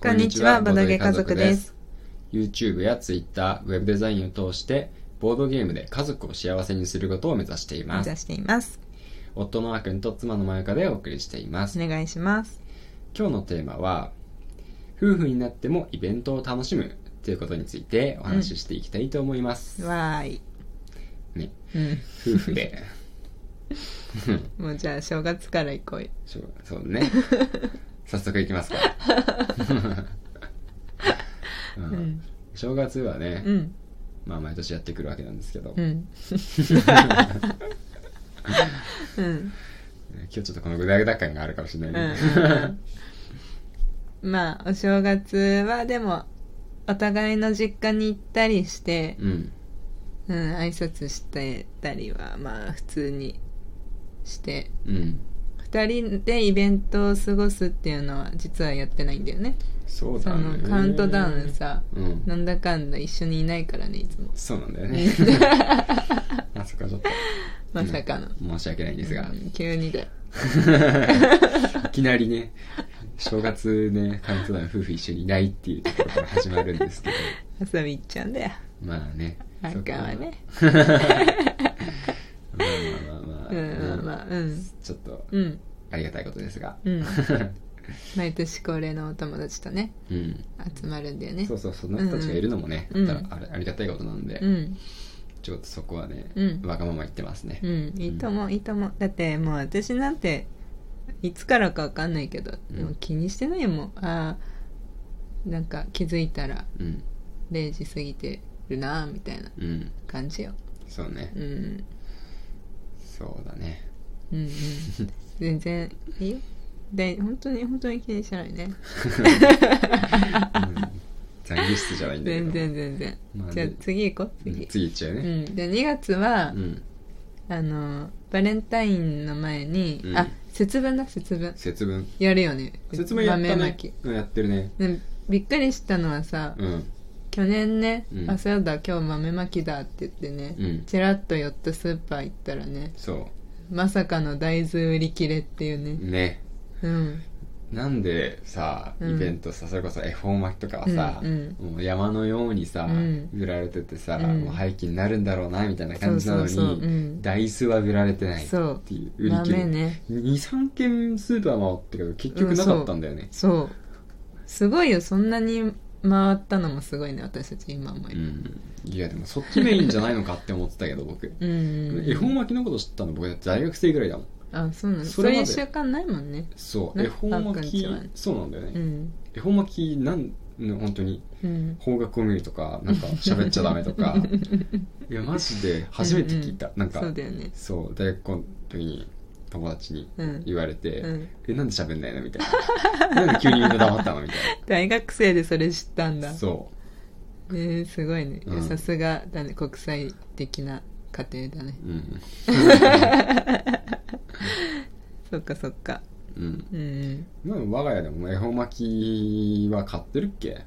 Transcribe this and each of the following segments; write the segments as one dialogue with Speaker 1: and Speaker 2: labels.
Speaker 1: こんにちは、ボドゲ家族です。。
Speaker 2: YouTube や Twitter、ウェブデザインを通して、ボードゲームで家族を幸せにすることを目指してい
Speaker 1: 目
Speaker 2: ます。
Speaker 1: 指しています。
Speaker 2: 夫のあーくんと妻のまゆかでお送りしています。
Speaker 1: お願いします。
Speaker 2: 今日のテーマは、夫婦になってもイベントを楽しむということについてお話ししていきたいと思います。
Speaker 1: わーい。
Speaker 2: ね、
Speaker 1: うん。
Speaker 2: 夫婦で。
Speaker 1: もうじゃあ、正月から行こうよ。
Speaker 2: そうそう ね。早速いきますか。う
Speaker 1: うんん。
Speaker 2: 正月はね、
Speaker 1: うん。
Speaker 2: まあ毎年やってくるわけなんですけど、
Speaker 1: う
Speaker 2: 今
Speaker 1: ん。うん。
Speaker 2: 日ちょっとこのぐだぐだ感があるかもしれ
Speaker 1: う
Speaker 2: ないね。
Speaker 1: ん。まあ、お正月は、でも、お互いの実家に行ったりして、
Speaker 2: うん。
Speaker 1: うん、挨拶してたりは、まあ、普通にして、
Speaker 2: うん。
Speaker 1: 二人でイベントを過ごすっていうのは、実はやってないんだよね。
Speaker 2: そう
Speaker 1: そ
Speaker 2: だね。
Speaker 1: のカウントダウンさ、
Speaker 2: うん。
Speaker 1: なんだかんだ一緒にいないからねいつも
Speaker 2: そうなんだよね。まさかちょっと。
Speaker 1: まさかの、
Speaker 2: 申し訳ないんですが
Speaker 1: う。ん急にで
Speaker 2: いきなりね、正月ね、カウントダウン夫婦一緒にいないっていうところから始まるんですけど、
Speaker 1: 遊び行っちゃうんだよ
Speaker 2: まあね。
Speaker 1: あ
Speaker 2: そこ
Speaker 1: かんわね。
Speaker 2: まあまあまあまあ。
Speaker 1: うんまあまあうん
Speaker 2: ちょっと、
Speaker 1: うん
Speaker 2: ありがたいことですが。
Speaker 1: うん毎年恒例のお友達とね
Speaker 2: うん。
Speaker 1: 集まるんだよね
Speaker 2: そうそう、そんな人たちがいるのもね、
Speaker 1: うん
Speaker 2: だからあれありがたいことなんで、
Speaker 1: うん
Speaker 2: ちょっとそこはね、
Speaker 1: うん
Speaker 2: わがまま言ってますね
Speaker 1: う。んいいともいいともだってもう私なんていつからかわかんないけど、
Speaker 2: うん
Speaker 1: でも気にしてないよもうああなんか気づいたら
Speaker 2: うん。
Speaker 1: 0時過ぎてるなーみたいな
Speaker 2: うん。
Speaker 1: 感じよ
Speaker 2: そうね
Speaker 1: う。ん
Speaker 2: そうだ ね。
Speaker 1: うんうん、全然いいよで本当に本当に気にしてない ね
Speaker 2: 残業室じゃないんだけど。
Speaker 1: 全然全然、
Speaker 2: まあ
Speaker 1: じゃあ
Speaker 2: で
Speaker 1: 次行こう
Speaker 2: うん
Speaker 1: 次、
Speaker 2: 次行っちゃうね。
Speaker 1: うん、で2月は、
Speaker 2: うん。
Speaker 1: あのバレンタインの前に、
Speaker 2: うん
Speaker 1: あ節分だ節分
Speaker 2: 節分。
Speaker 1: やるよね
Speaker 2: 節分やった
Speaker 1: 豆ま
Speaker 2: ね
Speaker 1: き。
Speaker 2: うんやってるね。
Speaker 1: でびっくりしたのはさ、
Speaker 2: うん。
Speaker 1: 去年ね、
Speaker 2: うん
Speaker 1: あそうだ今日豆まきだって言ってね、
Speaker 2: うん
Speaker 1: ちらっと寄ったスーパー行ったらね
Speaker 2: そ
Speaker 1: まさかの大豆売り切れっていう
Speaker 2: う。
Speaker 1: ね
Speaker 2: ね。
Speaker 1: うん
Speaker 2: なんでさ、
Speaker 1: うん
Speaker 2: イベントさ、それこそ恵方巻きとかはさ、
Speaker 1: うん
Speaker 2: もう山のようにさ、
Speaker 1: うん
Speaker 2: 売られててさ、
Speaker 1: うん
Speaker 2: もう廃棄になるんだろうな、みたいな感じなのに、
Speaker 1: そうそうそううん
Speaker 2: ダイスは売られてないっ
Speaker 1: そう
Speaker 2: ていう、売り切れ。
Speaker 1: 豆ね
Speaker 2: 23軒スーパー回ったけど、結局なかったんだよね。
Speaker 1: そうすごいよそんなに回ったのもすごいね私たち今思
Speaker 2: う
Speaker 1: えば
Speaker 2: ん。いや、でもそっちメインじゃないのかって思ってたけど、僕。
Speaker 1: うんうん
Speaker 2: 恵方巻きのこと知ったの僕だって大学生ぐらいだもん
Speaker 1: あそうなの
Speaker 2: そ
Speaker 1: そ
Speaker 2: れ
Speaker 1: う
Speaker 2: ま
Speaker 1: い
Speaker 2: で
Speaker 1: う習慣ないもんね
Speaker 2: そう
Speaker 1: な
Speaker 2: 恵方
Speaker 1: パック
Speaker 2: 巻
Speaker 1: ン
Speaker 2: き
Speaker 1: ちはね
Speaker 2: そうなんだよ
Speaker 1: う
Speaker 2: ね
Speaker 1: ん
Speaker 2: 恵方巻きなんの本当に
Speaker 1: うん
Speaker 2: 方角を見るとかなんか喋っちゃダメと かいやマジで初めて聞いた、なんか
Speaker 1: そうだよね
Speaker 2: そう大学校の時に友達に
Speaker 1: うん
Speaker 2: 言われて「
Speaker 1: うん
Speaker 2: えなんで喋んないの?」みたいな「なんで急にみんな黙ったの?」みたい
Speaker 1: 大学生でそれ知ったんだ
Speaker 2: な
Speaker 1: え
Speaker 2: そ
Speaker 1: ー、すごいね、
Speaker 2: うん
Speaker 1: さすがだね国際的な家庭だね
Speaker 2: ううん
Speaker 1: そっかそっか
Speaker 2: うん
Speaker 1: うん
Speaker 2: まあ我が家でも恵方巻きは買ってるっけ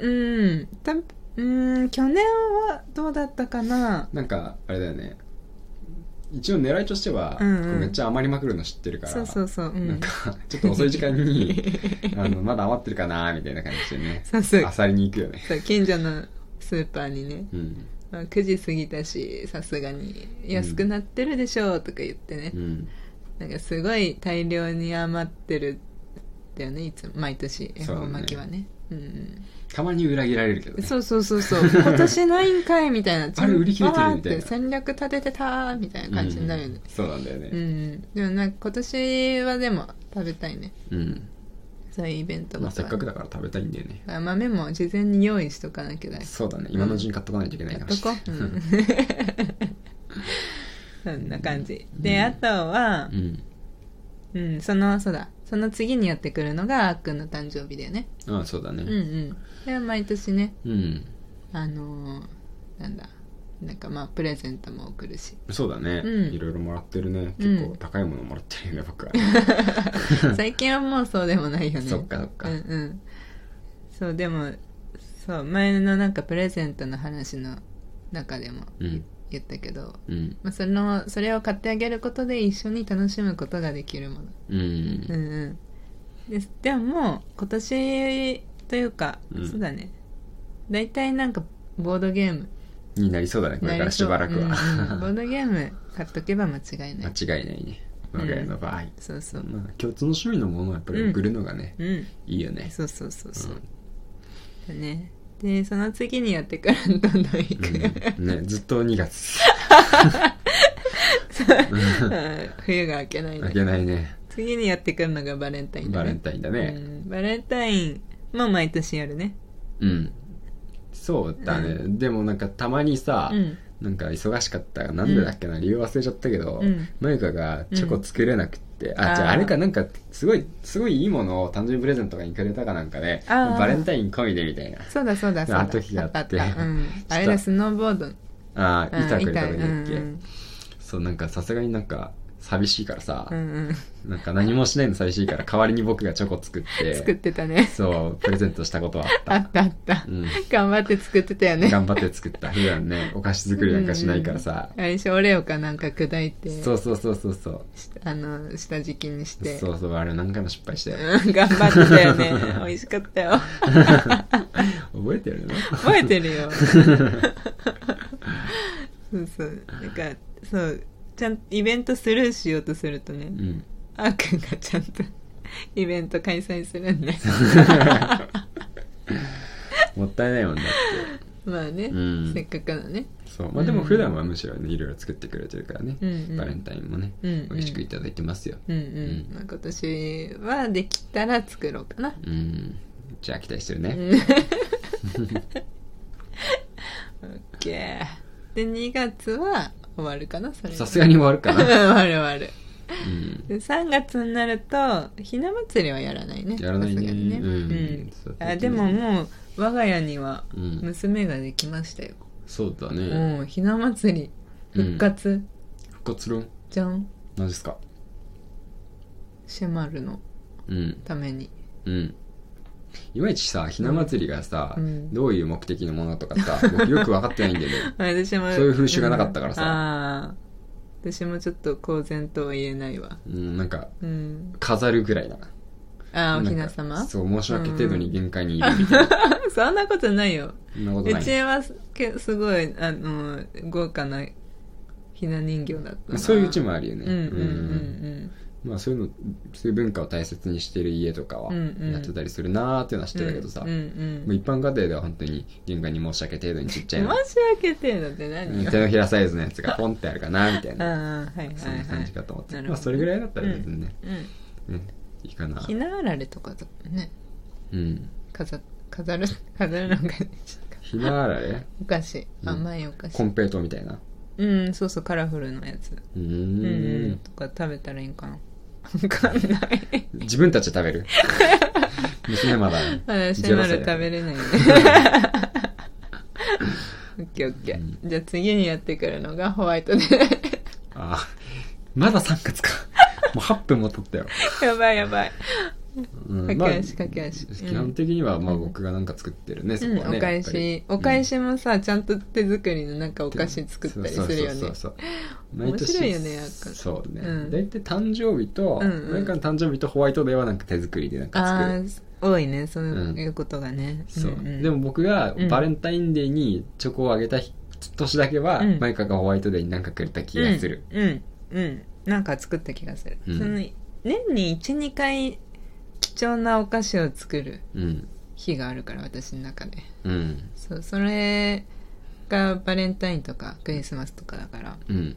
Speaker 1: うんたうん去年はどうだったかな
Speaker 2: なんかあれだよね一応狙いとしては、
Speaker 1: うんうん
Speaker 2: めっちゃ余りまくるの知ってるから
Speaker 1: そうそうそう、う
Speaker 2: なん
Speaker 1: ん
Speaker 2: か、ちょっと遅い時間に あのまだ余ってるかなみたいな感じでね
Speaker 1: そうそう
Speaker 2: あさりに行くよね
Speaker 1: そう近所のスーパーにね
Speaker 2: うん
Speaker 1: まあ、9時過ぎたしさすがに安くなってるでしょうとか言ってね、
Speaker 2: うん
Speaker 1: なんかすごい大量に余ってるんだよねいつも毎年恵
Speaker 2: そうだ
Speaker 1: 方
Speaker 2: ね
Speaker 1: 巻きはねうん
Speaker 2: たまに裏切られるけど
Speaker 1: うん
Speaker 2: ね
Speaker 1: そうそうそうそう 今年ないんかいみたいな
Speaker 2: あれ売り切れてる
Speaker 1: わー
Speaker 2: みたいな
Speaker 1: って戦略立ててたーみたいな感じになるよね
Speaker 2: うんそうなんだよ
Speaker 1: うん、
Speaker 2: ね
Speaker 1: でもなんか今年はでも食べたいね
Speaker 2: うん、
Speaker 1: そういうイベント
Speaker 2: ま
Speaker 1: ご
Speaker 2: あ、
Speaker 1: と
Speaker 2: せっ
Speaker 1: は
Speaker 2: かくだから食べたいんだよね
Speaker 1: まあ豆も事前に用意しとかなきゃだよ
Speaker 2: そうだね今のうちに買っとかないといけない
Speaker 1: や
Speaker 2: か
Speaker 1: っ
Speaker 2: も
Speaker 1: と
Speaker 2: しれ
Speaker 1: こ
Speaker 2: ない、
Speaker 1: う、 うん、そんな感じであとは、
Speaker 2: うん
Speaker 1: うん、そのそうだその次にやってくるのがあっくんの誕生日だよね
Speaker 2: ああそうだ
Speaker 1: うんう
Speaker 2: ね
Speaker 1: んで毎年ね
Speaker 2: うん、
Speaker 1: あのーなんだなんかまあプレゼントも送 るし
Speaker 2: そうだね、
Speaker 1: うん
Speaker 2: いろいろもらってるね
Speaker 1: うん
Speaker 2: 結構高いものもらってるよね僕は、
Speaker 1: 最近はもうそうでもないよね
Speaker 2: そっかそっか
Speaker 1: うんうんそうでもそう前のなんかプレゼントの話の中でも
Speaker 2: うん
Speaker 1: 言ったけど、
Speaker 2: うん
Speaker 1: まあ、そのそれを買ってあげることで一緒に楽しむことができるもの
Speaker 2: うん
Speaker 1: うんうんですでももう今年というか、
Speaker 2: うん
Speaker 1: そうだね大体なんかボードゲーム
Speaker 2: になりそうだねこれからしばらくは、
Speaker 1: なりそううん うんボードゲーム買っとけば間違いない
Speaker 2: 間違いないね我が家の場合、
Speaker 1: そうそう
Speaker 2: まあ、共通の趣味のものをやっぱり送るのがね、
Speaker 1: うん
Speaker 2: いいよね
Speaker 1: そうそうそうそううんだねでその次にやってからどんどん行く、
Speaker 2: うんね、ずっと2月
Speaker 1: うん 冬が明けない
Speaker 2: あ
Speaker 1: ね
Speaker 2: げないね
Speaker 1: 次にやってくるのがバレンタインだ
Speaker 2: バレン
Speaker 1: ね
Speaker 2: タインだ
Speaker 1: う
Speaker 2: ね
Speaker 1: んバレンタインも毎年やるね
Speaker 2: うん、そうだね、
Speaker 1: う
Speaker 2: でもなんかたまにさ、
Speaker 1: うん
Speaker 2: なんか忙しかったがなんでだっけな、理由忘れちゃったけど、
Speaker 1: うん
Speaker 2: マユカがチョコ作れなくって、
Speaker 1: あー
Speaker 2: あじゃああれかなんかすごいすごいいいものを誕生日プレゼントとかにくれたかなんかで、
Speaker 1: あー
Speaker 2: バレンタイン込みでみたいな
Speaker 1: そうだそうだそうだ
Speaker 2: あの時があって
Speaker 1: あったあっ たうん、あれだスノーボード
Speaker 2: ああ板くれた時
Speaker 1: うん
Speaker 2: だっけ、
Speaker 1: うん
Speaker 2: そうなんかさすがになんか寂しいからさ、
Speaker 1: うんうん
Speaker 2: なんか何もしないの寂しいから代わりに僕がチョコ作って
Speaker 1: 作ってたね
Speaker 2: そうプレゼントしたことはあった
Speaker 1: あったあった
Speaker 2: うん
Speaker 1: 頑張って作ってたよ ね
Speaker 2: 頑張って作った普段ねお菓子作りなんかしないからさ、
Speaker 1: あれでしょオレオかなんか砕いて
Speaker 2: そうそうそうそうそう
Speaker 1: しあの下敷きにして
Speaker 2: そうそうあれ何回も失敗して
Speaker 1: うん頑張ってたよね美味しかったよ
Speaker 2: 覚えてるの
Speaker 1: 覚えてる よそうそうなんかそうちゃんイベントスルーしようとするとね、
Speaker 2: うん
Speaker 1: あーくんがちゃんと イベント開催する んで
Speaker 2: もったいないもんだっ
Speaker 1: まあね、
Speaker 2: うん
Speaker 1: せっかくのね
Speaker 2: てそうまあでも普段はむしろねいろいろ作ってくれてるからね、
Speaker 1: うんうん
Speaker 2: バレンタインもね、
Speaker 1: うんうん
Speaker 2: 美味しくいただいてますよ
Speaker 1: うんうん、まあ、今年はできたら作ろうかな
Speaker 2: うん、じゃあ期待してるね、
Speaker 1: オッケーで2月は終わるかなそれ
Speaker 2: さすがに終わるかな、
Speaker 1: 終わる終わる
Speaker 2: うん、
Speaker 1: で3月になるとひな祭りはやらないね
Speaker 2: やらないね
Speaker 1: さすがにね、
Speaker 2: うん
Speaker 1: うん
Speaker 2: そう
Speaker 1: あでももう我が家には
Speaker 2: うん
Speaker 1: 娘ができましたよ、
Speaker 2: そうだね、
Speaker 1: もうひな祭り復活
Speaker 2: 復活論
Speaker 1: じゃん
Speaker 2: 何ですか
Speaker 1: シェマルの
Speaker 2: うん
Speaker 1: ために
Speaker 2: うんいまいちさひな祭りがさ、
Speaker 1: うん
Speaker 2: どういう目的のものとか さ、僕よく分かってないんだよね
Speaker 1: 私も
Speaker 2: そういう風習がなかったからさ
Speaker 1: うんあー私もちょっと公然とは言えないわ
Speaker 2: うんなんか
Speaker 1: うん
Speaker 2: 飾るぐらいな
Speaker 1: ああ
Speaker 2: な
Speaker 1: お
Speaker 2: んか
Speaker 1: ひな様
Speaker 2: そう申し訳程度に限界にいるみたいな、
Speaker 1: そんなことないよ。
Speaker 2: そんなこと
Speaker 1: う
Speaker 2: ない
Speaker 1: ちはすけすごい、あの、豪華なひな人形だった
Speaker 2: まあ
Speaker 1: な。
Speaker 2: そういううち
Speaker 1: も
Speaker 2: もあるよ
Speaker 1: う
Speaker 2: ね
Speaker 1: んうん
Speaker 2: まあそういうのそういう文化を大切にしてる家とかは
Speaker 1: うんうん
Speaker 2: やってたりするなーっていうのは知
Speaker 1: う
Speaker 2: っ
Speaker 1: んうん。
Speaker 2: てたけどさ、
Speaker 1: うん
Speaker 2: も
Speaker 1: う。
Speaker 2: うん一般家庭では本当に限界に申し訳程度にちっちゃいな
Speaker 1: 申し訳程度って何よ。
Speaker 2: 手のひらサイズのやつがポンってあるかなみたい
Speaker 1: ああ
Speaker 2: な、
Speaker 1: はいはいはい。
Speaker 2: そんな感じかと思って、
Speaker 1: なるほど
Speaker 2: まあそれぐらいだったら別にね、
Speaker 1: うん。
Speaker 2: うんいいかな
Speaker 1: ひなあられとかだね、
Speaker 2: うん
Speaker 1: 飾飾る、飾るのが
Speaker 2: ひなあられ
Speaker 1: お菓子。
Speaker 2: うん
Speaker 1: 甘いお菓
Speaker 2: コ
Speaker 1: 子。
Speaker 2: ンペイトーみたいな
Speaker 1: うん、そうそう、カラフルのやつ。
Speaker 2: うー
Speaker 1: うんん。とか食べたらいいんかな。わかんない。
Speaker 2: 自分たちで食べ る娘まだ
Speaker 1: まだシ
Speaker 2: ゼ
Speaker 1: ェ
Speaker 2: ロ
Speaker 1: マ
Speaker 2: 歳
Speaker 1: ル食べれないね。オッケーオッケー。じゃあ次にやってくるのがホワイトで。
Speaker 2: ああまだ3月 かもう8分も経ったよ、
Speaker 1: やばいやばい。
Speaker 2: うん
Speaker 1: 駆け
Speaker 2: まあ
Speaker 1: 足駆け足うん
Speaker 2: 基本的にはまあ僕がなんか作ってるね、そこ
Speaker 1: う
Speaker 2: は
Speaker 1: ん、
Speaker 2: ね
Speaker 1: お返し。お返しもさ、ちゃんと手作りのなんかお
Speaker 2: お
Speaker 1: 菓子作ったりするよね。
Speaker 2: 毎年
Speaker 1: 面白いよねやっぱ
Speaker 2: そうね、
Speaker 1: うん
Speaker 2: 大体誕生日と、
Speaker 1: うんうん
Speaker 2: なんかの誕生日とホワイトデーはなんか手作りでなんか作
Speaker 1: あ
Speaker 2: る
Speaker 1: あ、多いね、そう
Speaker 2: うん
Speaker 1: いうことがね。
Speaker 2: そう、
Speaker 1: んん
Speaker 2: でも、僕が
Speaker 1: うん
Speaker 2: バレンタインデーにチョコをあげた日年だけは、
Speaker 1: うん
Speaker 2: マイカがホワイトデーになんかくれた気がする、
Speaker 1: うん。うん。うん。なんか作った気がする。
Speaker 2: うん
Speaker 1: その年に1、2回貴重なお菓子を作る
Speaker 2: うん
Speaker 1: 日があるから、私の中で。
Speaker 2: うん
Speaker 1: そうそれがバレンタインとかクリスマスとかだから、
Speaker 2: うん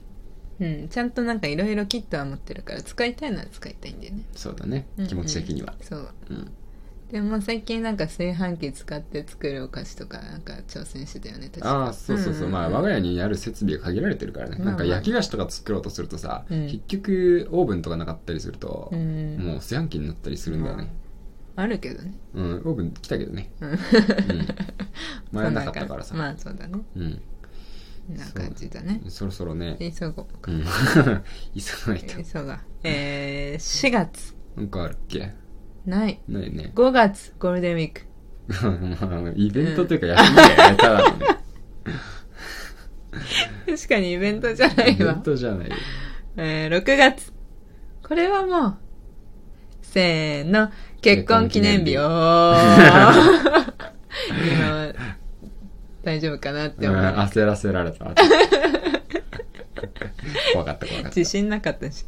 Speaker 1: うん、ちゃんとなんかいろいろキットは持ってるから使いたいのは使いたいんだよね
Speaker 2: そうだね、
Speaker 1: うんうん
Speaker 2: 気持ち的には
Speaker 1: そう
Speaker 2: うん
Speaker 1: でも最近なんか炊飯器使って作るお菓子とかなんか挑戦してたよね確か
Speaker 2: ああそうそうそう、
Speaker 1: うんうん
Speaker 2: まあ我が家にある設備が限られてるからね、
Speaker 1: まあ
Speaker 2: なんか焼き菓子とか作ろうとするとさ、
Speaker 1: うん
Speaker 2: 結局オーブンとかなかったりすると、
Speaker 1: うん
Speaker 2: もう炊飯器になったりするんだよね、
Speaker 1: あるけどね
Speaker 2: うん、オーブン来たけどね、
Speaker 1: うん
Speaker 2: うん、前はなかったからさ、
Speaker 1: そんな感じまあそうだね
Speaker 2: うん、
Speaker 1: こんな感じだね
Speaker 2: そろそろね、
Speaker 1: 急ごう
Speaker 2: うん 急がないと
Speaker 1: 急がえー、4月
Speaker 2: なんかあるっけ
Speaker 1: ない
Speaker 2: ないよね
Speaker 1: 5月ゴールデンウィーク
Speaker 2: まあ イベントというか休みがやれたらね
Speaker 1: 確かにイベントじ ゃな
Speaker 2: イ
Speaker 1: い
Speaker 2: ベ
Speaker 1: わ
Speaker 2: ントじゃないよ
Speaker 1: えー6月。これはもう、せーの、結婚記念日
Speaker 2: 結
Speaker 1: を
Speaker 2: 婚
Speaker 1: 今大丈夫かなっ
Speaker 2: う
Speaker 1: て
Speaker 2: ん
Speaker 1: 思う、
Speaker 2: 焦らせられた怖かった怖かった
Speaker 1: 自信なかったし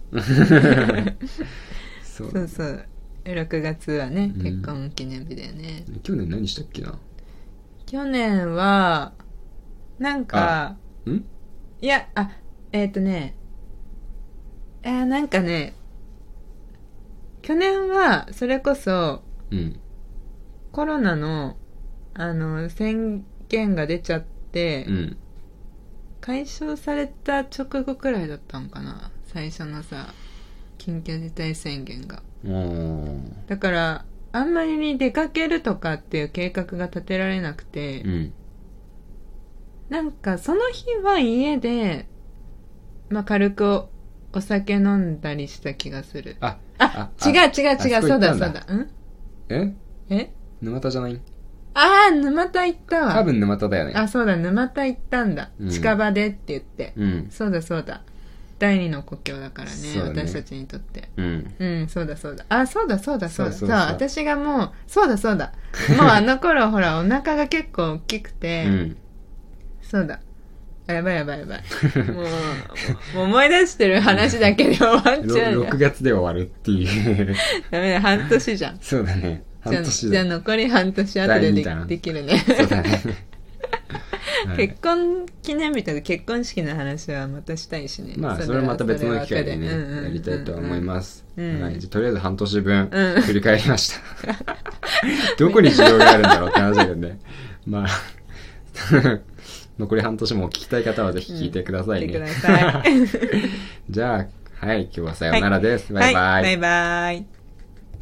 Speaker 2: そう
Speaker 1: そうそう6月はね
Speaker 2: うん
Speaker 1: 結婚記念日だよね、
Speaker 2: 去年何したっけな
Speaker 1: 去年はなんか
Speaker 2: うん
Speaker 1: いやあえっ、とねえー、なんかね去年はそれこそ
Speaker 2: うん
Speaker 1: コロナのあの宣言が出ちゃって、
Speaker 2: うん
Speaker 1: 解消された直後くらいだったのかな最初のさ緊急事態宣言が
Speaker 2: おー
Speaker 1: だからあんまり出かけるとかっていう計画が立てられなくて、
Speaker 2: うん
Speaker 1: なんかその日は家で、まあ、軽くお酒飲んだりした気がする
Speaker 2: あ
Speaker 1: あ
Speaker 2: あ
Speaker 1: 違う違う違
Speaker 2: あ
Speaker 1: う
Speaker 2: そこ
Speaker 1: そ
Speaker 2: 行
Speaker 1: う
Speaker 2: ったん
Speaker 1: だそう
Speaker 2: だ
Speaker 1: だうん
Speaker 2: え
Speaker 1: え
Speaker 2: 沼田じゃない
Speaker 1: ああ沼田行ったわ
Speaker 2: 多分沼田だよね
Speaker 1: あそうだ沼田行ったんだ、
Speaker 2: うん
Speaker 1: 近場でって言って、
Speaker 2: うん
Speaker 1: そうだそうだ第二の故郷だからね
Speaker 2: そうだね
Speaker 1: 私たちにとって
Speaker 2: うん
Speaker 1: うんそうだそうだあそうだそうだそうだ
Speaker 2: そ
Speaker 1: そ
Speaker 2: そ
Speaker 1: うう
Speaker 2: うそう
Speaker 1: 私がもうそうだ そうだもうあの頃ほらお腹が結構大きく
Speaker 2: う
Speaker 1: て、
Speaker 2: ん
Speaker 1: そうだあやばいやばいやばいもうもう思い出してる話だけで終わっ ちゃうじゃ
Speaker 2: 6
Speaker 1: ん
Speaker 2: 月で終わるっていう
Speaker 1: ダメだ半年じゃん
Speaker 2: そうだね半
Speaker 1: じ
Speaker 2: 年
Speaker 1: ゃあじゃあ
Speaker 2: だ
Speaker 1: 残り半年後で
Speaker 2: 第二
Speaker 1: で
Speaker 2: 弾
Speaker 1: できるね
Speaker 2: そうだね はい
Speaker 1: 結婚記念日とか結婚式の話はまたしたいしね
Speaker 2: まあそれはまた別の機会でね
Speaker 1: それはそれは後でうんうんうん
Speaker 2: やりたいと思います、
Speaker 1: うん
Speaker 2: はい、じゃあとりあえず半年分
Speaker 1: うん
Speaker 2: 振り返りました どこに需要があるんだろうって話だけどね まあ 残り半年も聞きたい方はぜひ聞いてくださいね、
Speaker 1: うん聞いてくださ
Speaker 2: じゃあはい今日はさようならです、
Speaker 1: はい
Speaker 2: バイバイ、
Speaker 1: バイバイ